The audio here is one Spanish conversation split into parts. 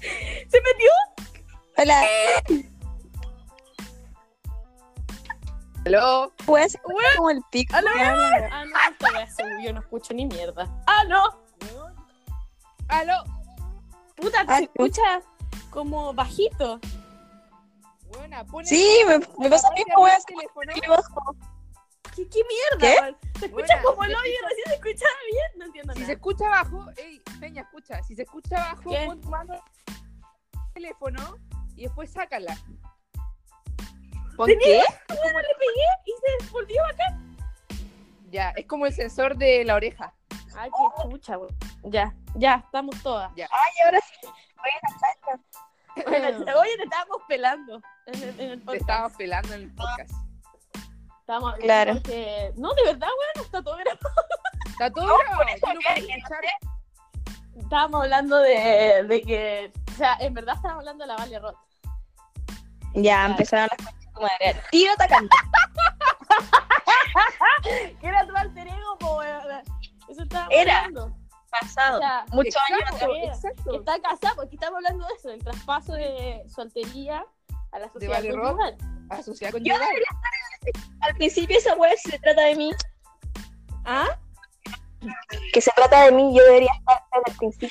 ¿Se metió? Hola. Aló. Puede ser como el pico. Aló. que habla. Ah, no, esta wea se murió, no escucho ni mierda. Ah, no. Aló. Puta, Ah, se escucha como bajito. Buena, pone. Sí, me, me pasa lo mismo, weón. el teléfono. Qué bajo. ¿Qué, qué mierda? ¿Qué? weón? Se escucha Buena, como se el hoyo, escucha- recién se escuchaba bien. No entiendo Si se nada. escucha abajo, ey, Peña, escucha. Si se escucha abajo, ¿Qué? pon tu mano en el teléfono y después sácala. ¿Por Tenía- qué? Bueno, le pegué y se volvió acá. Ya, es como el sensor de la oreja. Ay, Ah, qué chucha, weón. Ya, ya, estamos todas. Ay, ahora sí. Bueno, Oye, te estábamos pelando en el, en el Te podcast. estaba pelando Ah. en el podcast. estamos hablando Claro. que- No, de verdad, weón, está todo grabado. Está todo grabado. tú lo puedes escuchar. Estábamos hablando de, de que... O sea, en verdad estábamos hablando de la Vale Roth. Ya empezaron las conchas de tu madre. Tiro atacando. ¿Qué era tu alter ego, po, weón? Eso estábamos Era. hablando. O Pasado. sea, Muchos años Exacto, atrás. atrás. exacto. está casada, porque estamos hablando de eso, del traspaso de soltería a la sociedad Vale Roth. conyugal. Asociada con Yo Yolanda. Al principio esa weá se trata de mí. ¿Ah? Que se trata de mí, yo debería estar desde el principio.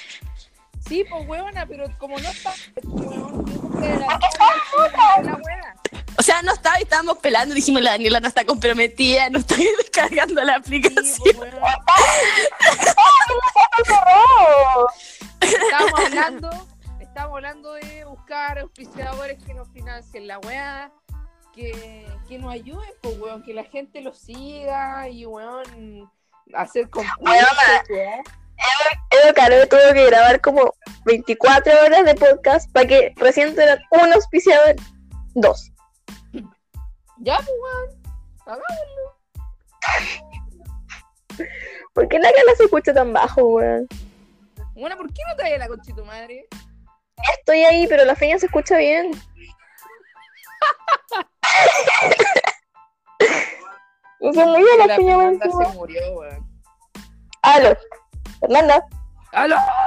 Sí, pues huevona, pero como no está, huevón, siempre la- la- la hueva. O sea, no estaba, estábamos pelando. Dijimos, la Daniela no está comprometida, no está descargando la Sí, pues, huevón. Estamos hablando, estamos hablando de buscar auspiciadores que nos financien la weá, que, que nos ayuden, pues weón, que la gente los siga y weón hacer concursos, weón. Edo Calero tuvo que grabar como 24 horas de podcast para que recién eran un auspiciador, dos. Ya, pues weón, ¿Por qué la gala se escucha tan bajo, weón? Bueno, ¿por qué no traes la concha de tu madre? Ya Estoy ahí, pero la feña se escucha bien. Me fue muy bien la La feña, weón. Fernanda se murió, weón. Aló, Fernanda. ¡Aló!